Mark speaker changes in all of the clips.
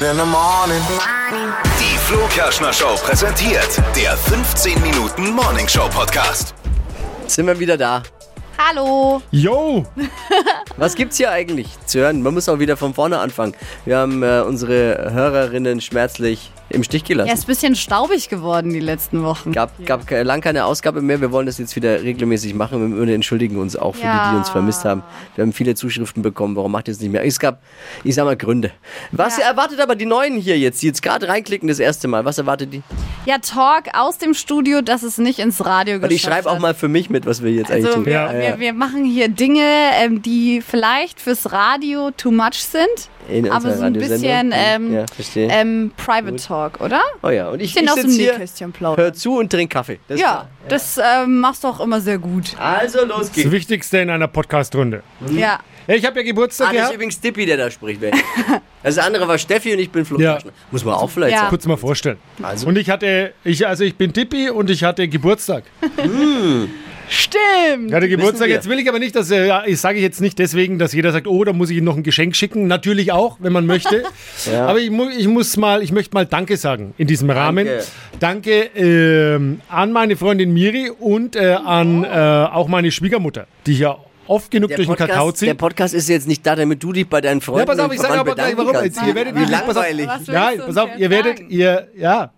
Speaker 1: in the morning.
Speaker 2: Die Flo Kerschner Show präsentiert der 15 Minuten Morning Show Podcast.
Speaker 3: Sind wir wieder da?
Speaker 4: Hallo.
Speaker 5: Yo!
Speaker 3: Was gibt's hier eigentlich zu hören? Man muss auch wieder von vorne anfangen. Wir haben äh, unsere Hörerinnen schmerzlich im Stich
Speaker 4: Er
Speaker 3: gelassen.
Speaker 4: ist ein bisschen staubig geworden die letzten Wochen.
Speaker 3: Gab, gab ke- lang keine Ausgabe mehr. Wir wollen das jetzt wieder regelmäßig machen. Wir entschuldigen uns auch für die, die uns
Speaker 4: Ja.
Speaker 3: vermisst haben. Wir haben viele Zuschriften bekommen. Warum macht ihr es nicht mehr? Es gab, ich sag mal, Gründe. Was
Speaker 4: Ja.
Speaker 3: erwartet aber die Neuen hier jetzt, die jetzt gerade reinklicken das erste Mal? Was erwartet die?
Speaker 4: Ja, Talk aus dem Studio, dass es nicht ins Radio geschafft
Speaker 3: Und ich schreibe auch
Speaker 4: hat.
Speaker 3: mal für mich mit, was wir jetzt eigentlich
Speaker 4: Also
Speaker 3: tun.
Speaker 4: wir,
Speaker 5: Ja.
Speaker 4: wir, wir machen hier Dinge, ähm, die vielleicht fürs Radio too much sind,
Speaker 3: In
Speaker 4: aber
Speaker 3: unserer
Speaker 4: so ein
Speaker 3: Radiosendung.
Speaker 4: bisschen ähm,
Speaker 3: ja, verstehe.
Speaker 4: ähm, Private Talk, oder?
Speaker 3: oh ja, und ich,
Speaker 4: bisschen
Speaker 3: ich
Speaker 4: aus dem
Speaker 3: sitz hier,
Speaker 4: Nähkästchen plaudern.
Speaker 3: hör zu und trink Kaffee. Das
Speaker 4: Ja, das ähm, machst du auch immer sehr gut.
Speaker 3: Also los
Speaker 5: Das
Speaker 3: geht's.
Speaker 5: Wichtigste in einer Podcast-Runde.
Speaker 3: Mhm.
Speaker 4: Ja.
Speaker 5: Hey, Ich habe ja Geburtstag
Speaker 3: Ah, das ist
Speaker 5: gehabt.
Speaker 3: übrigens Dippi, der da spricht. wer- Das andere war Steffi und ich bin Flo.
Speaker 5: Ja.
Speaker 3: Kerschner. Muss man auch vielleicht
Speaker 4: Ja.
Speaker 3: sagen.
Speaker 5: Kurz mal vorstellen.
Speaker 3: Also.
Speaker 5: Und ich hatte, ich, also ich bin Tippi und ich hatte Geburtstag. Ich
Speaker 4: Stimmt.
Speaker 5: hatte Geburtstag.
Speaker 3: wir.
Speaker 5: Jetzt will ich aber nicht, dass, äh, ja, ich sage jetzt nicht deswegen, dass jeder sagt, oh, da muss ich ihm noch ein Geschenk schicken. Natürlich auch, wenn man möchte.
Speaker 3: Ja.
Speaker 5: Aber ich, mu ich muss mal, ich möchte mal Danke sagen in diesem Rahmen. Danke, ähm, an meine Freundin Miri und äh, an äh, auch meine Schwiegermutter, die ja oft genug
Speaker 3: Der
Speaker 5: durch den Kakao
Speaker 3: Podcast,
Speaker 5: zieht.
Speaker 3: der Podcast ist jetzt nicht da, damit du dich bei deinen Freunden
Speaker 5: Ja, pass auf,
Speaker 3: und
Speaker 5: ich sage
Speaker 3: Verwandten
Speaker 5: aber gleich,
Speaker 3: bedanken
Speaker 5: warum.
Speaker 3: kannst.
Speaker 5: Jetzt, ihr werdet,
Speaker 3: Wie
Speaker 5: pass auf,
Speaker 3: langweilig.
Speaker 4: Was willst
Speaker 5: Nein,
Speaker 4: du uns
Speaker 5: pass auf,
Speaker 4: jetzt
Speaker 5: ihr werdet,
Speaker 4: sagen?
Speaker 5: ihr, ja.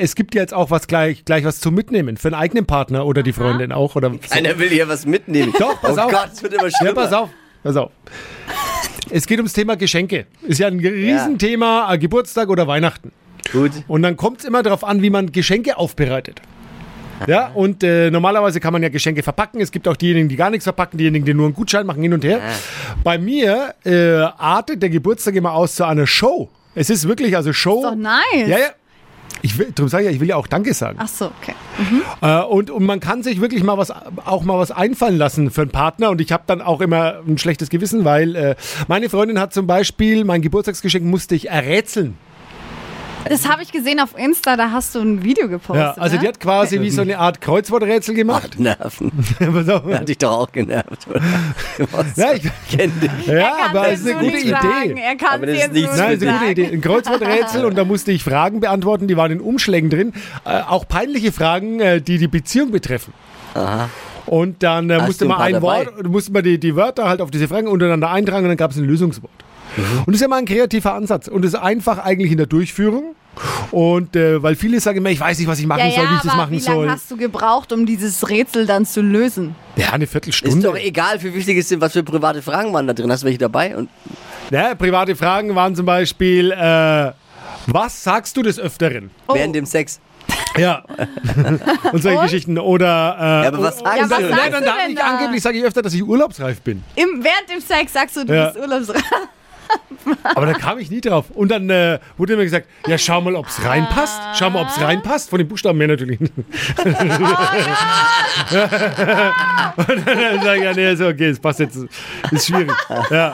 Speaker 5: Es gibt ja jetzt auch was gleich, gleich was zum Mitnehmen für den eigenen Partner oder die Freundin auch. Oder
Speaker 3: Einer will hier was mitnehmen.
Speaker 5: Doch, pass
Speaker 3: oh
Speaker 5: auf.
Speaker 3: Gott, es wird immer
Speaker 5: ja,
Speaker 3: schlimmer.
Speaker 5: pass auf, pass auf. Es geht ums Thema Geschenke. Ist ja ein Riesenthema, äh, Geburtstag oder Weihnachten.
Speaker 3: Gut.
Speaker 5: Und dann kommt es immer darauf an, wie man Geschenke aufbereitet. Ja, und äh, normalerweise kann man ja Geschenke verpacken. Es gibt auch diejenigen, die gar nichts verpacken, diejenigen, die nur einen Gutschein machen, hin und her. Bei mir äh, artet der Geburtstag immer aus zu einer Show. Es ist wirklich, also Show.
Speaker 4: doch nice.
Speaker 5: Ja, ja. Ich will, darum sage ich ja, ich will ja auch Danke sagen.
Speaker 4: Ach so, okay.
Speaker 5: Äh, und, und man kann sich wirklich mal was, auch mal was einfallen lassen für einen Partner. Und ich habe dann auch immer ein schlechtes Gewissen, weil äh, meine Freundin hat zum Beispiel mein Geburtstagsgeschenk musste ich errätseln.
Speaker 4: Das habe ich gesehen auf Insta, da hast du ein Video gepostet.
Speaker 5: Ja, also
Speaker 4: ne?
Speaker 5: die hat quasi wie so eine Art Kreuzworträtsel gemacht.
Speaker 3: Oh, Nerven.
Speaker 5: Pass auf.
Speaker 3: Hat dich doch auch genervt, oder? Was?
Speaker 5: Ja, ich,
Speaker 3: Kenn dich.
Speaker 5: ja
Speaker 4: kann's
Speaker 5: Ah, aber
Speaker 4: jetzt
Speaker 5: es ist eine
Speaker 4: nur
Speaker 5: gute
Speaker 4: nicht sagen.
Speaker 5: Idee.
Speaker 4: Er kann
Speaker 3: Aber das ist
Speaker 4: jetzt
Speaker 3: nichts
Speaker 4: nur
Speaker 5: Nein,
Speaker 4: nicht
Speaker 5: ist eine gute
Speaker 4: sagen.
Speaker 5: Idee. Ein Kreuzworträtsel und da musste ich Fragen beantworten, die waren in Umschlägen drin. Äh, auch peinliche Fragen, äh, die die Beziehung betreffen. Und dann äh,
Speaker 3: Hast
Speaker 5: musste
Speaker 3: du ein
Speaker 5: man
Speaker 3: paar
Speaker 5: ein
Speaker 3: dabei?
Speaker 5: Wort, musste man die, die Wörter halt auf diese Fragen untereinander eintragen und dann gab es ein Lösungswort.
Speaker 3: Mhm.
Speaker 5: Und das ist ja mal ein kreativer Ansatz und das ist einfach eigentlich in der Durchführung. Und äh, weil viele sagen immer, ich weiß nicht, was ich machen
Speaker 4: Ja,
Speaker 5: soll, wie
Speaker 4: ja,
Speaker 5: ich das
Speaker 4: aber
Speaker 5: machen
Speaker 4: wie lange
Speaker 5: soll.
Speaker 4: hast du gebraucht, um dieses Rätsel dann zu lösen?
Speaker 5: Ja, eine Viertelstunde.
Speaker 3: Ist doch egal, für wichtig ist, was für private Fragen waren da drin. Hast du welche dabei? Und
Speaker 5: Ja, Ne, private Fragen waren zum Beispiel, äh, was sagst du des Öfteren?
Speaker 4: Oh.
Speaker 3: während dem Sex.
Speaker 5: Ja. Und solche Geschichten. Oder. Äh,
Speaker 3: Ja, aber was
Speaker 5: und,
Speaker 3: sagst
Speaker 4: was
Speaker 5: dann,
Speaker 3: du?
Speaker 4: sagst
Speaker 5: nein, dann
Speaker 4: du
Speaker 5: da,
Speaker 4: denn
Speaker 5: ich,
Speaker 4: da?
Speaker 5: angeblich sage ich öfter, dass ich urlaubsreif bin.
Speaker 4: Im, während dem Sex sagst du, du
Speaker 5: Ja.
Speaker 4: bist urlaubsreif.
Speaker 5: Aber da kam ich nie drauf. Und dann äh, wurde mir gesagt, ja, schau mal, ob's reinpasst. Schau mal, ob's
Speaker 4: Ah.
Speaker 5: reinpasst. Von den Buchstaben her natürlich. Und
Speaker 4: Ah,
Speaker 5: dann sage ich, ja, nee, ist okay, es passt jetzt. Ist schwierig. Ja.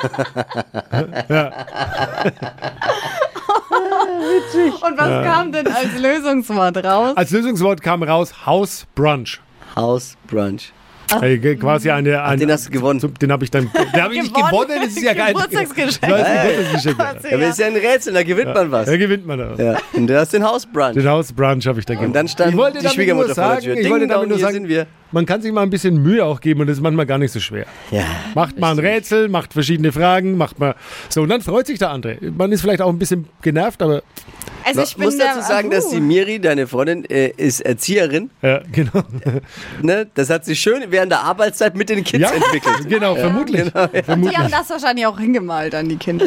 Speaker 4: Und was kam denn als Lösungswort raus?
Speaker 5: Als Lösungswort kam raus Hausbrunch.
Speaker 3: Hausbrunch.
Speaker 5: Äh, ge- quasi eine, ein,
Speaker 3: den hast du gewonnen.
Speaker 5: Zum, den habe ich dann. Den habe ich nicht
Speaker 4: Gewonnen.
Speaker 5: gewonnen, das ist ja geil.
Speaker 4: Geburtstagsgeschenk.
Speaker 5: Das ist ein Geburtstagsgeschenk. ja.
Speaker 3: Ja, aber ist ja ein Rätsel, da gewinnt man was.
Speaker 5: Da gewinnt man da.
Speaker 3: Ja. Und du hast den Hausbrunch.
Speaker 5: Den Hausbrunch habe ich da gewonnen.
Speaker 3: Und dann stand
Speaker 5: ich wollte
Speaker 3: die
Speaker 5: damit
Speaker 3: Schwiegermutter
Speaker 5: nur
Speaker 3: vor der
Speaker 5: sagen,
Speaker 3: Tür.
Speaker 5: Ich wollte
Speaker 3: Ding
Speaker 5: damit
Speaker 3: dong,
Speaker 5: nur
Speaker 3: hier
Speaker 5: sagen,
Speaker 3: sind wir.
Speaker 5: man kann sich mal ein bisschen Mühe auch geben und das ist manchmal gar nicht so schwer.
Speaker 3: Ja.
Speaker 5: Macht mal ein Rätsel, macht verschiedene Fragen, macht mal so und dann freut sich der andere. Man ist vielleicht auch ein bisschen genervt, aber
Speaker 4: Also ich
Speaker 3: Ich muss
Speaker 4: der-
Speaker 3: dazu sagen, dass die Miri, deine Freundin, äh, ist Erzieherin.
Speaker 5: ja, genau.
Speaker 3: Ne? Das hat sie schön während der Arbeitszeit mit den Kids
Speaker 5: Ja,
Speaker 3: entwickelt.
Speaker 5: genau, vermutlich.
Speaker 4: Die haben das wahrscheinlich auch hingemalt an die Kinder.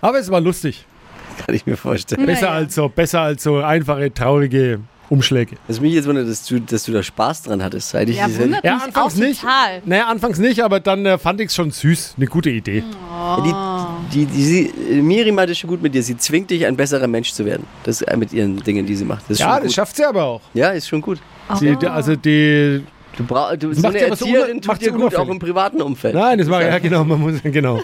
Speaker 5: Aber es war lustig.
Speaker 3: Kann ich mir vorstellen.
Speaker 5: Besser
Speaker 4: Naja.
Speaker 5: als so, besser als so einfache traurige Umschläge.
Speaker 3: Was mich jetzt wundert, dass du, dass du da Spaß dran hattest. Seit ich
Speaker 4: Ja,
Speaker 3: diese,
Speaker 4: wundert
Speaker 5: Ja,
Speaker 4: mich
Speaker 5: anfangs
Speaker 4: auch
Speaker 5: nicht.
Speaker 4: total.
Speaker 5: Naja, anfangs nicht, aber dann äh, fand ich es schon süß. Eine gute Idee.
Speaker 3: die, die, die, sie, äh, Miri meint es schon gut mit dir. Sie zwingt dich, ein besserer Mensch zu werden. Das äh, mit ihren Dingen, die sie macht. Das ist
Speaker 5: Ja,
Speaker 3: schon
Speaker 5: das
Speaker 3: gut.
Speaker 5: schafft sie aber auch.
Speaker 3: ja, ist schon gut.
Speaker 5: Sie, also die.
Speaker 3: Du brauch, du,
Speaker 5: Das
Speaker 3: so
Speaker 5: macht
Speaker 3: eine
Speaker 5: sie aber so
Speaker 3: Erzieherin
Speaker 5: uner-
Speaker 3: tut
Speaker 5: macht
Speaker 3: dir
Speaker 5: sie
Speaker 3: gut, auch
Speaker 5: unauffällig.
Speaker 3: im privaten Umfeld.
Speaker 5: Nein, das war ja genau, man muss genau.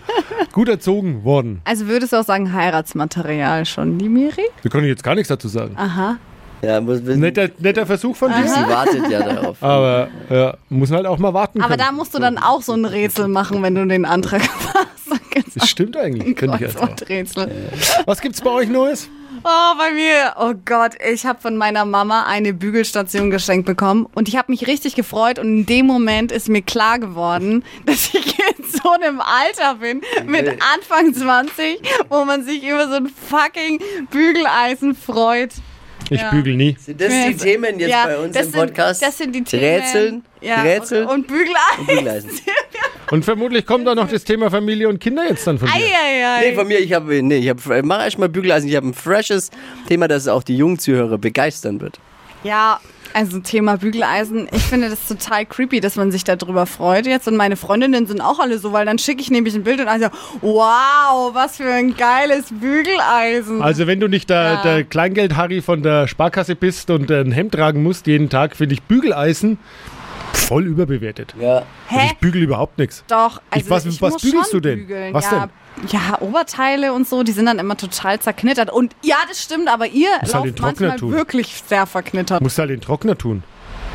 Speaker 5: Gut erzogen worden.
Speaker 4: Also würdest du auch sagen, Heiratsmaterial schon, die Miri?
Speaker 5: Da kann ich jetzt gar nichts dazu sagen.
Speaker 4: Aha.
Speaker 3: Ja, muss wissen,
Speaker 5: Netter, netter Versuch von dir.
Speaker 3: sie wartet ja darauf.
Speaker 5: Aber ja, muss man halt auch mal warten.
Speaker 4: Aber da
Speaker 5: können.
Speaker 4: musst du dann auch so ein Rätsel machen, wenn du den Antrag machst. Dann gibt's
Speaker 5: Das stimmt eigentlich. Könnte ich jetzt auch.
Speaker 4: Kreuzworträtsel.
Speaker 5: Was gibt's bei euch Neues?
Speaker 4: Oh, bei mir. Oh Gott, ich habe von meiner Mama eine Bügelstation geschenkt bekommen und ich habe mich richtig gefreut und in dem Moment ist mir klar geworden, dass ich in so einem Alter bin, mit Anfang 20, wo man sich über so ein fucking Bügeleisen freut.
Speaker 5: Ich
Speaker 4: Ja.
Speaker 5: bügel nie.
Speaker 3: Sind das die Themen jetzt
Speaker 4: Ja,
Speaker 3: bei uns
Speaker 4: das
Speaker 3: im
Speaker 4: sind-
Speaker 3: Podcast?
Speaker 4: das sind die Themen.
Speaker 3: Rätseln,
Speaker 4: Ja,
Speaker 3: Rätseln
Speaker 4: Und, und Bügeleisen.
Speaker 3: Bügeleisen.
Speaker 5: Und vermutlich kommt auch noch das Thema Familie und Kinder jetzt dann von dir.
Speaker 4: Eieiei.
Speaker 3: Nee, von mir, ich habe, nee, ich habe, mach erstmal Bügeleisen, ich habe ein freshes Thema, das auch die jungen Zuhörer begeistern wird.
Speaker 4: Ja, also Thema Bügeleisen. Ich finde das total creepy, dass man sich darüber freut jetzt. Und meine Freundinnen sind auch alle so, weil dann schicke ich nämlich ein Bild und also, wow, was für ein geiles Bügeleisen.
Speaker 5: Also wenn du nicht der,
Speaker 4: Ja.
Speaker 5: der Kleingeld-Harry von der Sparkasse bist und ein Hemd tragen musst jeden Tag, finde ich Bügeleisen voll überbewertet.
Speaker 3: Ja.
Speaker 5: Also
Speaker 4: Hä?
Speaker 5: ich bügel überhaupt nichts.
Speaker 4: Doch, also
Speaker 5: was-
Speaker 4: ich
Speaker 5: was
Speaker 4: muss
Speaker 5: bügelst
Speaker 4: schon
Speaker 5: du denn?
Speaker 4: Bügeln.
Speaker 5: Was
Speaker 4: ja, Ja, Oberteile und so, die sind dann immer total zerknittert. Und ja, das stimmt, aber ihr
Speaker 5: Muss halt den
Speaker 4: lauft
Speaker 5: Trockner
Speaker 4: manchmal
Speaker 5: tun.
Speaker 4: wirklich sehr verknittert.
Speaker 5: Musst halt den Trockner tun.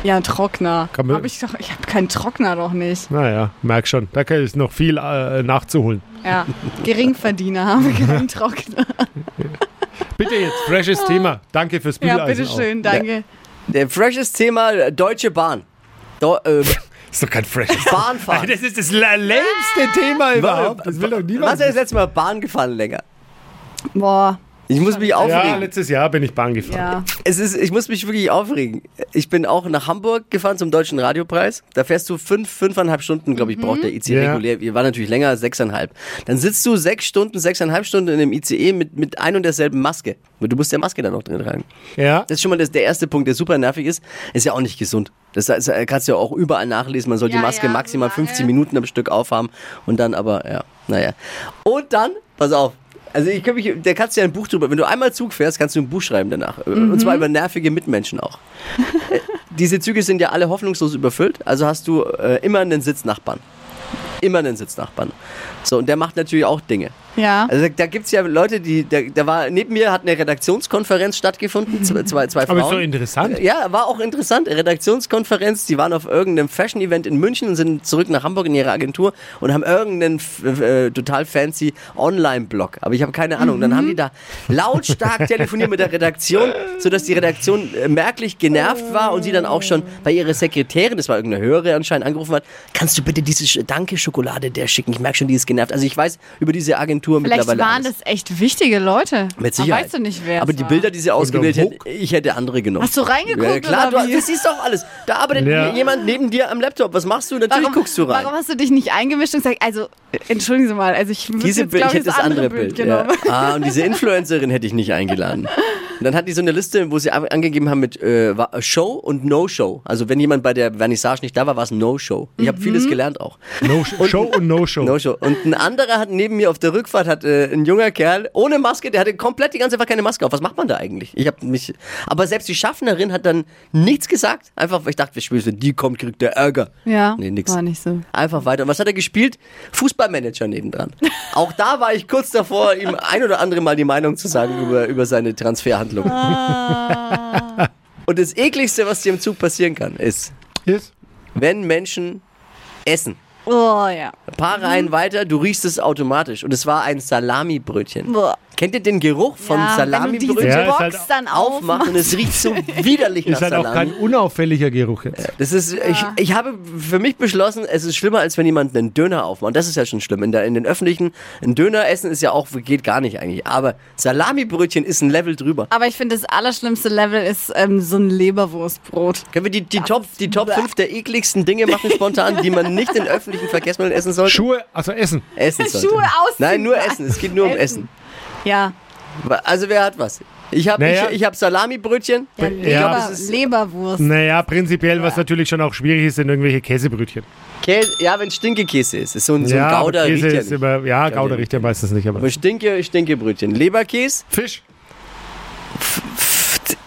Speaker 4: Ja, Trockner.
Speaker 5: Kann man-
Speaker 4: Hab ich doch, ich habe keinen Trockner doch nicht.
Speaker 5: Naja, merk schon. Da ist noch viel äh, nachzuholen.
Speaker 4: Ja, Geringverdiener haben keinen Trockner.
Speaker 5: Bitte jetzt, freshes Thema. Danke fürs Bügeleisen.
Speaker 4: Ah. Ja, bitteschön,
Speaker 3: Ja.
Speaker 4: danke.
Speaker 3: Der freshes Thema, äh, Deutsche Bahn. Do, äh,
Speaker 5: Auch. Ist doch kein freshes
Speaker 3: Bahnfahren.
Speaker 5: Das ist das la- lämste Thema überhaupt. Das will doch
Speaker 3: Wann
Speaker 5: niemand.
Speaker 3: ist das letzte Mal Bahn gefahren länger?
Speaker 4: Boah,
Speaker 3: Ich muss mich
Speaker 5: Ja,
Speaker 3: aufregen.
Speaker 5: letztes Jahr bin ich Bahn
Speaker 4: ja.
Speaker 5: gefahren.
Speaker 3: Es ist, ich muss mich wirklich aufregen. Ich bin auch nach Hamburg gefahren zum Deutschen Radiopreis. Da fährst du fünf, fünfeinhalb Stunden, glaube ich, braucht der ICE
Speaker 5: Ja.
Speaker 3: regulär. Wir waren natürlich länger, sechseinhalb. Dann sitzt du sechs Stunden, sechseinhalb Stunden in einem ICE E mit, mit ein und derselben Maske. Du musst ja Maske dann noch drin tragen.
Speaker 5: Ja.
Speaker 3: Das ist schon mal das, der erste Punkt, der super nervig ist. Ist ja auch nicht gesund. Das, das äh, kannst du ja auch überall nachlesen. Man soll die
Speaker 4: Ja,
Speaker 3: Maske
Speaker 4: ja,
Speaker 3: maximal
Speaker 4: so lange.
Speaker 3: 15 Minuten am Stück aufhaben und dann aber, ja, naja. Und dann, pass auf. Also ich kann mich, da kannst du ja ein Buch drüber, wenn du einmal Zug fährst, kannst du ein Buch schreiben danach. Äh, Und
Speaker 4: Mhm.
Speaker 3: zwar über nervige Mitmenschen auch. Äh, Diese Züge sind ja alle hoffnungslos überfüllt, also hast du äh, immer einen Sitznachbarn. Immer einen Sitznachbarn. So, und der macht natürlich auch Dinge.
Speaker 4: Ja.
Speaker 3: Also da gibt es ja Leute, die, da, da war, neben mir hat eine Redaktionskonferenz stattgefunden, zwei, zwei, zwei Frauen.
Speaker 5: Aber ist doch interessant.
Speaker 3: Ja, war auch interessant. Redaktionskonferenz, die waren auf irgendeinem Fashion-Event in München und sind zurück nach Hamburg in ihre Agentur und haben irgendeinen f- äh, total fancy Online-Blog. Aber ich habe keine Ahnung. Dann haben die da lautstark telefoniert mit der Redaktion, sodass die Redaktion äh, merklich genervt war und sie dann auch schon bei ihrer Sekretärin, das war irgendeine Höhere anscheinend, angerufen hat, kannst du bitte diese Sch- Danke-Schokolade der schicken? Ich merke schon, die ist genervt. Also ich weiß über diese Agentur
Speaker 4: Vielleicht
Speaker 3: mittlerweile
Speaker 4: waren
Speaker 3: alles.
Speaker 4: das echt wichtige Leute.
Speaker 3: Mit Sicherheit.
Speaker 4: Aber weißt du nicht, wer
Speaker 3: Aber
Speaker 4: es
Speaker 3: die
Speaker 4: war.
Speaker 3: Bilder, die sie ausgewählt
Speaker 5: Oder
Speaker 3: hätten,
Speaker 5: Hook.
Speaker 3: ich hätte andere genommen.
Speaker 4: Hast du reingeguckt
Speaker 3: Ja, klar,
Speaker 4: oder
Speaker 3: du,
Speaker 4: wie?
Speaker 3: das siehst doch alles. Da arbeitet
Speaker 5: Ja.
Speaker 3: jemand neben dir am Laptop. Was machst du? Natürlich
Speaker 4: Warum,
Speaker 3: guckst du rein.
Speaker 4: warum hast du dich nicht eingemischt und gesagt, also, äh, entschuldigen Sie mal, also ich würd
Speaker 3: Diese
Speaker 4: jetzt,
Speaker 3: Bild,
Speaker 4: glaub
Speaker 3: ich hätte das andere Bild. ja.
Speaker 4: genommen.
Speaker 3: Ah, und diese Influencerin hätte ich nicht eingeladen. Und dann hat die so eine Liste, wo sie a- angegeben haben mit äh, wa- Show und No-Show. Also wenn jemand bei der Vernissage nicht da war, war es No-Show. Ich
Speaker 4: Mhm.
Speaker 3: habe vieles gelernt auch.
Speaker 5: No sh Show und No Show.
Speaker 3: No-Show. Und ein anderer hat neben mir auf der Rückfahrt, hat äh, ein junger Kerl ohne Maske, der hatte komplett die ganze Zeit keine Maske auf. Was macht man da eigentlich? Ich habe mich. Aber selbst die Schaffnerin hat dann nichts gesagt. Einfach, weil ich dachte, wir spielen, so, die kommt, kriegt der Ärger.
Speaker 4: Ja,
Speaker 3: Nee, nix.
Speaker 4: war nicht so.
Speaker 3: Einfach weiter. Und was hat er gespielt? Fußballmanager nebendran. Auch da war ich kurz davor, ihm ein oder andere Mal die Meinung zu sagen über, über seine Transferhandlung.
Speaker 4: Ah.
Speaker 3: Und das ekligste, was dir im Zug passieren kann, ist,
Speaker 5: Yes.
Speaker 3: wenn Menschen essen.
Speaker 4: Oh ja.
Speaker 3: Ein paar Reihen weiter, du riechst es automatisch. Und es war ein Salamibrötchen.
Speaker 4: Boah.
Speaker 3: Kennt ihr den Geruch von
Speaker 4: ja Wenn du
Speaker 3: Salamibrötchen?
Speaker 4: diese
Speaker 5: Ja, ist
Speaker 4: Box
Speaker 5: halt
Speaker 4: dann
Speaker 3: Aufmachen, und
Speaker 4: aufmachst.
Speaker 3: es riecht so widerlich nach
Speaker 5: Ist halt auch
Speaker 3: Salami.
Speaker 5: kein unauffälliger Geruch jetzt.
Speaker 3: Das ist, ich, ich habe für mich beschlossen, es ist schlimmer, als wenn jemand einen Döner aufmacht. Das ist ja schon schlimm. In, der, in den öffentlichen, ein Döner essen ist ja auch, geht gar nicht eigentlich. Aber Salamibrötchen ist ein Level drüber.
Speaker 4: Aber ich finde, das allerschlimmste Level ist ähm, so ein Leberwurstbrot.
Speaker 3: Können wir die, die Top, die Top 5 der ekligsten Dinge machen spontan, die man nicht in öffentlichen Verkehrsmitteln essen sollte?
Speaker 5: Schuhe, also Essen.
Speaker 3: essen sollte.
Speaker 4: Schuhe ausziehen.
Speaker 3: Nein, nur essen. Es geht nur um Essen.
Speaker 4: Ja,
Speaker 3: Also wer hat was? Ich habe
Speaker 5: Naja.
Speaker 3: ich, ich hab Salamibrötchen.
Speaker 4: ja,
Speaker 5: Ja,
Speaker 4: Leber,
Speaker 5: das Ne.
Speaker 3: ist-
Speaker 4: Leberwurst.
Speaker 5: Naja, prinzipiell, was natürlich schon auch schwierig ist, sind irgendwelche Käsebrötchen.
Speaker 3: Käse, ja, wenn Stinkekäse ist. Ist so ein, so ein
Speaker 5: ja, aber
Speaker 3: Gauder
Speaker 5: Käse
Speaker 3: riecht ja
Speaker 5: ist
Speaker 3: nicht.
Speaker 5: immer, ja,
Speaker 3: ja
Speaker 5: Gauder riecht ja meistens nicht, aber.
Speaker 3: Aber Stinke, Stinkebrötchen. Leberkäse,
Speaker 5: Fisch.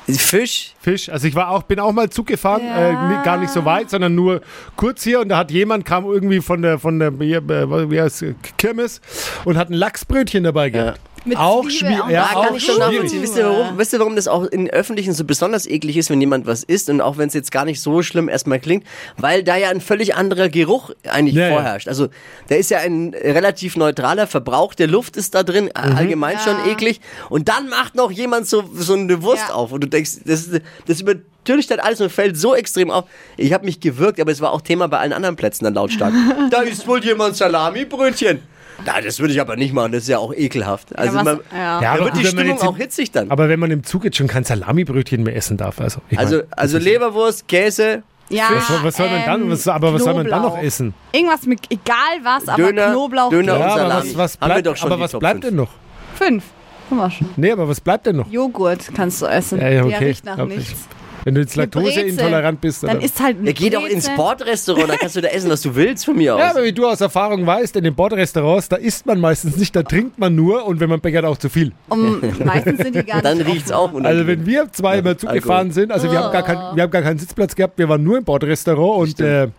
Speaker 3: Fisch.
Speaker 5: Fisch. Also ich war auch, bin auch mal Zug gefahren,
Speaker 4: Ja.
Speaker 5: äh, ni- gar nicht so weit, sondern nur kurz hier und da hat jemand, kam irgendwie von der, von der, wie, äh, wie heißt, Kirmes und hat ein Lachsbrötchen dabei gehabt.
Speaker 4: Mit
Speaker 5: Auch
Speaker 4: Zwiebel,
Speaker 5: schwierig.
Speaker 4: auch
Speaker 5: Ja,
Speaker 3: Da
Speaker 5: auch
Speaker 3: kann ich schon
Speaker 5: schwierig.
Speaker 3: nachvollziehen. Wisst ihr, warum, wisst ihr, warum das auch in Öffentlichen so besonders eklig ist, wenn jemand was isst und auch wenn es jetzt gar nicht so schlimm erstmal klingt? Weil da ja ein völlig anderer Geruch eigentlich
Speaker 5: Ja, ja.
Speaker 3: vorherrscht. Also da ist ja ein relativ neutraler Verbrauch der Luft ist da drin,
Speaker 5: Mhm.
Speaker 3: allgemein schon eklig. Und dann macht noch jemand so, so eine Wurst
Speaker 4: Ja.
Speaker 3: auf und du denkst, das, das übertüncht dann alles und fällt so extrem auf. Ich habe mich gewirkt, aber es war auch Thema bei allen anderen Plätzen dann lautstark. da ist wohl jemand Salami-Brötchen. Na, das würde ich aber nicht machen, das ist ja auch ekelhaft. Also
Speaker 4: was-
Speaker 3: man,
Speaker 4: ja.
Speaker 5: Ja,
Speaker 3: da
Speaker 5: aber
Speaker 3: wird
Speaker 5: gut,
Speaker 3: die
Speaker 5: wenn man
Speaker 3: Stimmung
Speaker 5: jetzt im-
Speaker 3: auch hitzig dann.
Speaker 5: Aber wenn man im Zug jetzt schon kein Salamibrötchen mehr essen darf, also. Ich
Speaker 3: also,
Speaker 5: mein,
Speaker 3: also Leberwurst, Käse,
Speaker 4: Ja,
Speaker 5: was, soll- was soll man dann,
Speaker 4: ähm,
Speaker 5: was, aber was soll man dann noch
Speaker 4: Knoblauch.
Speaker 5: essen?
Speaker 4: Irgendwas mit, egal was, aber
Speaker 3: Döner-
Speaker 4: Knoblauch
Speaker 3: Döner-
Speaker 4: geht.
Speaker 3: und
Speaker 5: aber
Speaker 3: Salami.
Speaker 5: was, was
Speaker 3: Haben wir
Speaker 5: bleibt,
Speaker 3: doch schon
Speaker 5: aber
Speaker 3: die
Speaker 5: was
Speaker 3: Top
Speaker 5: bleibt
Speaker 3: fünf.
Speaker 5: denn noch?
Speaker 4: Fünf. Guck mal schon.
Speaker 5: Nee, aber was bleibt denn noch?
Speaker 4: Joghurt kannst du essen.
Speaker 5: Ja, ja,
Speaker 4: Der
Speaker 5: okay.
Speaker 4: riecht nach
Speaker 5: Aber ich-
Speaker 4: nichts.
Speaker 5: Wenn du jetzt
Speaker 4: Eine Brezel.
Speaker 5: laktoseintolerant bist, oder?
Speaker 4: Dann ist halt eine
Speaker 3: ja, geh doch ins
Speaker 4: Brezel.
Speaker 3: Bordrestaurant, dann kannst du da essen, was du willst von mir aus.
Speaker 5: ja, aber wie du aus Erfahrung weißt, in den Bordrestaurants, da isst man meistens nicht, da trinkt man nur und wenn man bechert auch zu viel.
Speaker 4: Um, meistens sind die gar nicht
Speaker 3: dann riecht's auch
Speaker 5: Also
Speaker 3: unangenehm.
Speaker 5: wenn wir zwei immer Zug
Speaker 3: Alkohol.
Speaker 5: gefahren sind, also wir haben, gar
Speaker 4: Oh.
Speaker 5: kein, wir haben gar keinen Sitzplatz gehabt, wir waren nur im Bordrestaurant und äh, ich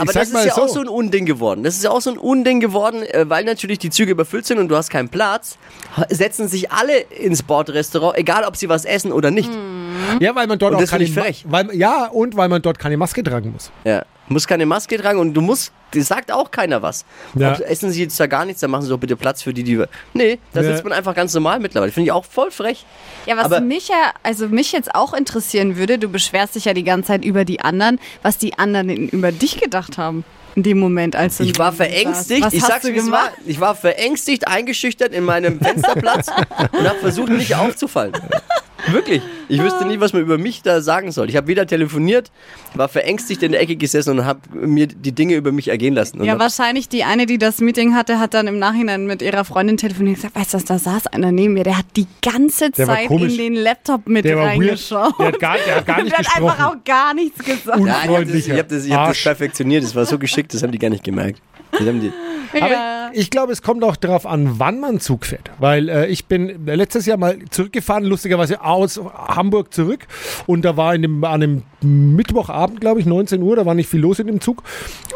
Speaker 3: aber
Speaker 5: sag
Speaker 3: das ist
Speaker 5: mal
Speaker 3: ja
Speaker 5: so.
Speaker 3: auch so ein Unding geworden. Das ist ja auch so ein Unding geworden, äh, weil natürlich die Züge überfüllt sind und du hast keinen Platz, ha- setzen sich alle ins Bordrestaurant, egal ob sie was essen oder nicht.
Speaker 5: ja, weil man dort
Speaker 3: Und
Speaker 5: auch
Speaker 3: das
Speaker 5: keine
Speaker 3: finde ich frech.
Speaker 5: Ma- weil, ja, und weil man dort keine Maske tragen muss.
Speaker 3: Ja. Du musst keine Maske tragen und du musst, das sagt auch keiner was.
Speaker 5: Ja.
Speaker 3: Ob, essen sie jetzt da gar nichts, dann machen sie doch bitte Platz für die, die... Nee, da
Speaker 5: Ja.
Speaker 3: sitzt man einfach ganz normal mittlerweile. Finde ich auch voll frech.
Speaker 4: Ja, was
Speaker 3: Aber-
Speaker 4: mich ja, also mich jetzt auch interessieren würde, du beschwerst dich ja die ganze Zeit über die anderen, was die anderen in- über dich gedacht haben in dem Moment, als du
Speaker 3: Ich war
Speaker 4: saßt.
Speaker 3: verängstigt.
Speaker 4: Was
Speaker 3: ich
Speaker 4: hast
Speaker 3: sag's
Speaker 4: du
Speaker 3: wie es war.
Speaker 4: gemacht?
Speaker 3: Ich war verängstigt, eingeschüchtert in meinem Fensterplatz und habe versucht, nicht aufzufallen. Wirklich. Ich wüsste nie, was man über mich da sagen soll. Ich habe weder telefoniert, war verängstigt in der Ecke gesessen und habe mir die Dinge über mich ergehen lassen. Und
Speaker 4: Ja,
Speaker 3: hab-
Speaker 4: wahrscheinlich die eine, die das Meeting hatte, hat dann im Nachhinein mit ihrer Freundin telefoniert und gesagt, weißt du, was, da saß einer neben mir, der hat die ganze
Speaker 5: Der war
Speaker 4: Zeit
Speaker 5: komisch.
Speaker 4: in den Laptop mit
Speaker 5: Der war weird.
Speaker 4: reingeschaut.
Speaker 5: Der hat gar, der hat gar
Speaker 4: und
Speaker 5: nicht
Speaker 4: der hat
Speaker 5: gesprochen.
Speaker 4: einfach auch gar nichts gesagt.
Speaker 5: Und-
Speaker 3: Ja, ich habe das, ich hab das, ich hab das
Speaker 5: Arsch.
Speaker 3: perfektioniert. Das war so geschickt, das haben die gar nicht gemerkt. Das haben die,
Speaker 4: ja.
Speaker 5: Aber ich glaube, es kommt auch darauf an, wann man Zug fährt. Weil äh, ich bin letztes Jahr mal zurückgefahren, lustigerweise aus Hamburg zurück. Und da war in dem, an einem Mittwochabend, glaube ich, 19 Uhr, da war nicht viel los in dem Zug.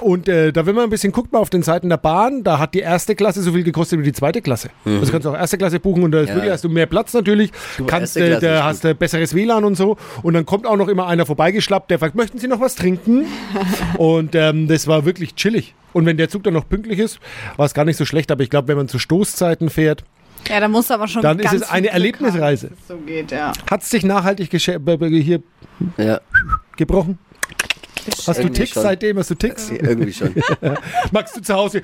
Speaker 5: Und äh, da, wenn man ein bisschen guckt, mal auf den Seiten der Bahn, da hat die erste Klasse so viel gekostet wie die zweite Klasse. Also kannst du auch erste Klasse buchen und da ist
Speaker 3: Ja.
Speaker 5: wirklich, hast du mehr Platz natürlich. Kannst,
Speaker 3: erste
Speaker 5: äh,
Speaker 3: Klasse ist
Speaker 5: da hast du besseres WLAN und so. Und dann kommt auch noch immer einer vorbeigeschlappt, der fragt, möchten Sie noch was trinken? Und ähm, das war wirklich chillig. Und wenn der Zug dann noch pünktlich ist, war es gar nicht so schlecht. Aber ich glaube, wenn man zu Stoßzeiten fährt,
Speaker 4: ja, da musst du aber schon
Speaker 5: dann ist
Speaker 4: ganz
Speaker 5: es
Speaker 4: viel
Speaker 5: eine
Speaker 4: Glück
Speaker 5: Erlebnisreise.
Speaker 4: haben, dass es So geht, ja.
Speaker 5: Hat es dich nachhaltig gesche- b- b- hier
Speaker 3: ja,
Speaker 5: gebrochen? Hast du
Speaker 3: Irgendwie
Speaker 5: Ticks
Speaker 3: schon.
Speaker 5: seitdem? Hast du Ticks?
Speaker 3: irgendwie schon.
Speaker 5: Magst du zu Hause?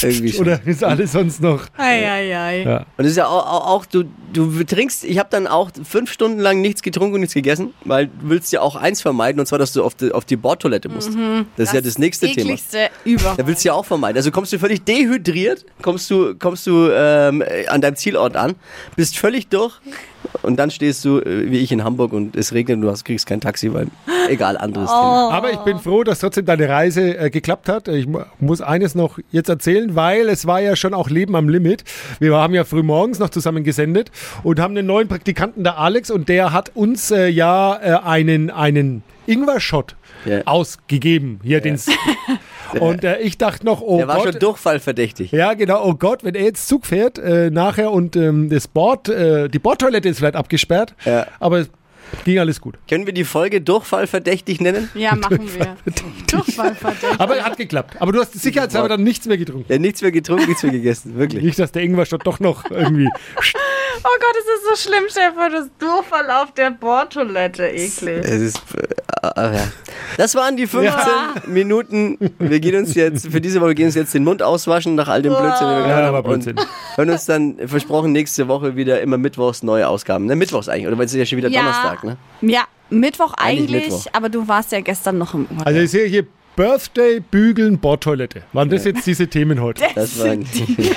Speaker 3: Irgendwie schon.
Speaker 5: Oder ist alles sonst noch?
Speaker 4: Ei, ei, ei.
Speaker 5: Ja.
Speaker 3: Und das ist ja auch, auch, auch du, du trinkst, ich habe dann auch fünf Stunden lang nichts getrunken und nichts gegessen, weil du willst ja auch eins vermeiden, und zwar, dass du auf die, auf die Bordtoilette musst.
Speaker 5: Mhm.
Speaker 3: das ist ja das nächste Thema.
Speaker 4: ekligste überhaupt.
Speaker 3: Da willst du ja auch vermeiden. Also kommst du völlig dehydriert, kommst du, kommst du ähm, äh, an deinem Zielort an, bist völlig durch und dann stehst du, äh, wie ich in Hamburg, und es regnet und du hast, kriegst kein Taxi, weil egal,
Speaker 5: Oh.
Speaker 3: anderes Thema.
Speaker 5: Aber ich bin froh, dass trotzdem deine Reise äh, geklappt hat. Ich mu- muss eines noch jetzt erzählen, weil es war ja schon auch Leben am Limit. Wir haben ja früh morgens noch zusammen gesendet und haben einen neuen Praktikanten, der Alex, und der hat uns äh, ja äh, einen, einen Ingwer-Shot
Speaker 3: Ja.
Speaker 5: ausgegeben. Hier den S- und äh, ich dachte noch, oh
Speaker 3: Der war
Speaker 5: Gott,
Speaker 3: schon durchfallverdächtig.
Speaker 5: ja, genau. Oh Gott, wenn er jetzt Zug fährt äh, nachher und ähm, das Bord, äh, die Bordtoilette ist vielleicht abgesperrt,
Speaker 3: Ja.
Speaker 5: aber es ging alles gut.
Speaker 3: Können wir die Folge durchfallverdächtig nennen?
Speaker 4: Ja, machen wir. Durchfallverdächtig.
Speaker 5: Aber hat geklappt. Aber du hast sicherheitshalber dann nichts mehr getrunken.
Speaker 3: Ja, nichts mehr getrunken, nichts mehr gegessen, wirklich.
Speaker 5: Nicht, dass der Ingwerstadt doch noch irgendwie.
Speaker 4: Oh Gott, es ist so schlimm, Stefan. Das Durchfall auf der Bordtoilette. Eklig.
Speaker 3: Es ist, äh, ah, ja. Das waren die 15
Speaker 4: Ja.
Speaker 3: Minuten. Wir gehen uns jetzt, für diese Woche gehen uns jetzt den Mund auswaschen nach all dem Blödsinn, den wir
Speaker 5: Ja,
Speaker 3: gerade
Speaker 5: aber
Speaker 3: haben. Und
Speaker 5: Blödsinn.
Speaker 3: hören uns dann äh, versprochen nächste Woche wieder immer mittwochs neue Ausgaben. Ne, mittwochs eigentlich, oder weil es ist ja schon wieder Donnerstag, ne?
Speaker 4: Ja, Mittwoch eigentlich,
Speaker 3: Eigentlich Mittwoch.
Speaker 4: aber du warst ja gestern noch im Urlaub.
Speaker 5: Also ich sehe hier Birthday, Bügeln, Bordtoilette. Waren das jetzt diese Themen heute?
Speaker 3: Das waren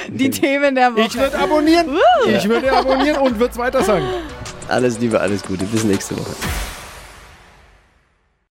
Speaker 4: Die Themen der
Speaker 5: Ich
Speaker 4: Woche.
Speaker 5: würde abonnieren. Ich würde abonnieren und würde es weiter sagen.
Speaker 3: alles Liebe, alles Gute. Bis nächste Woche.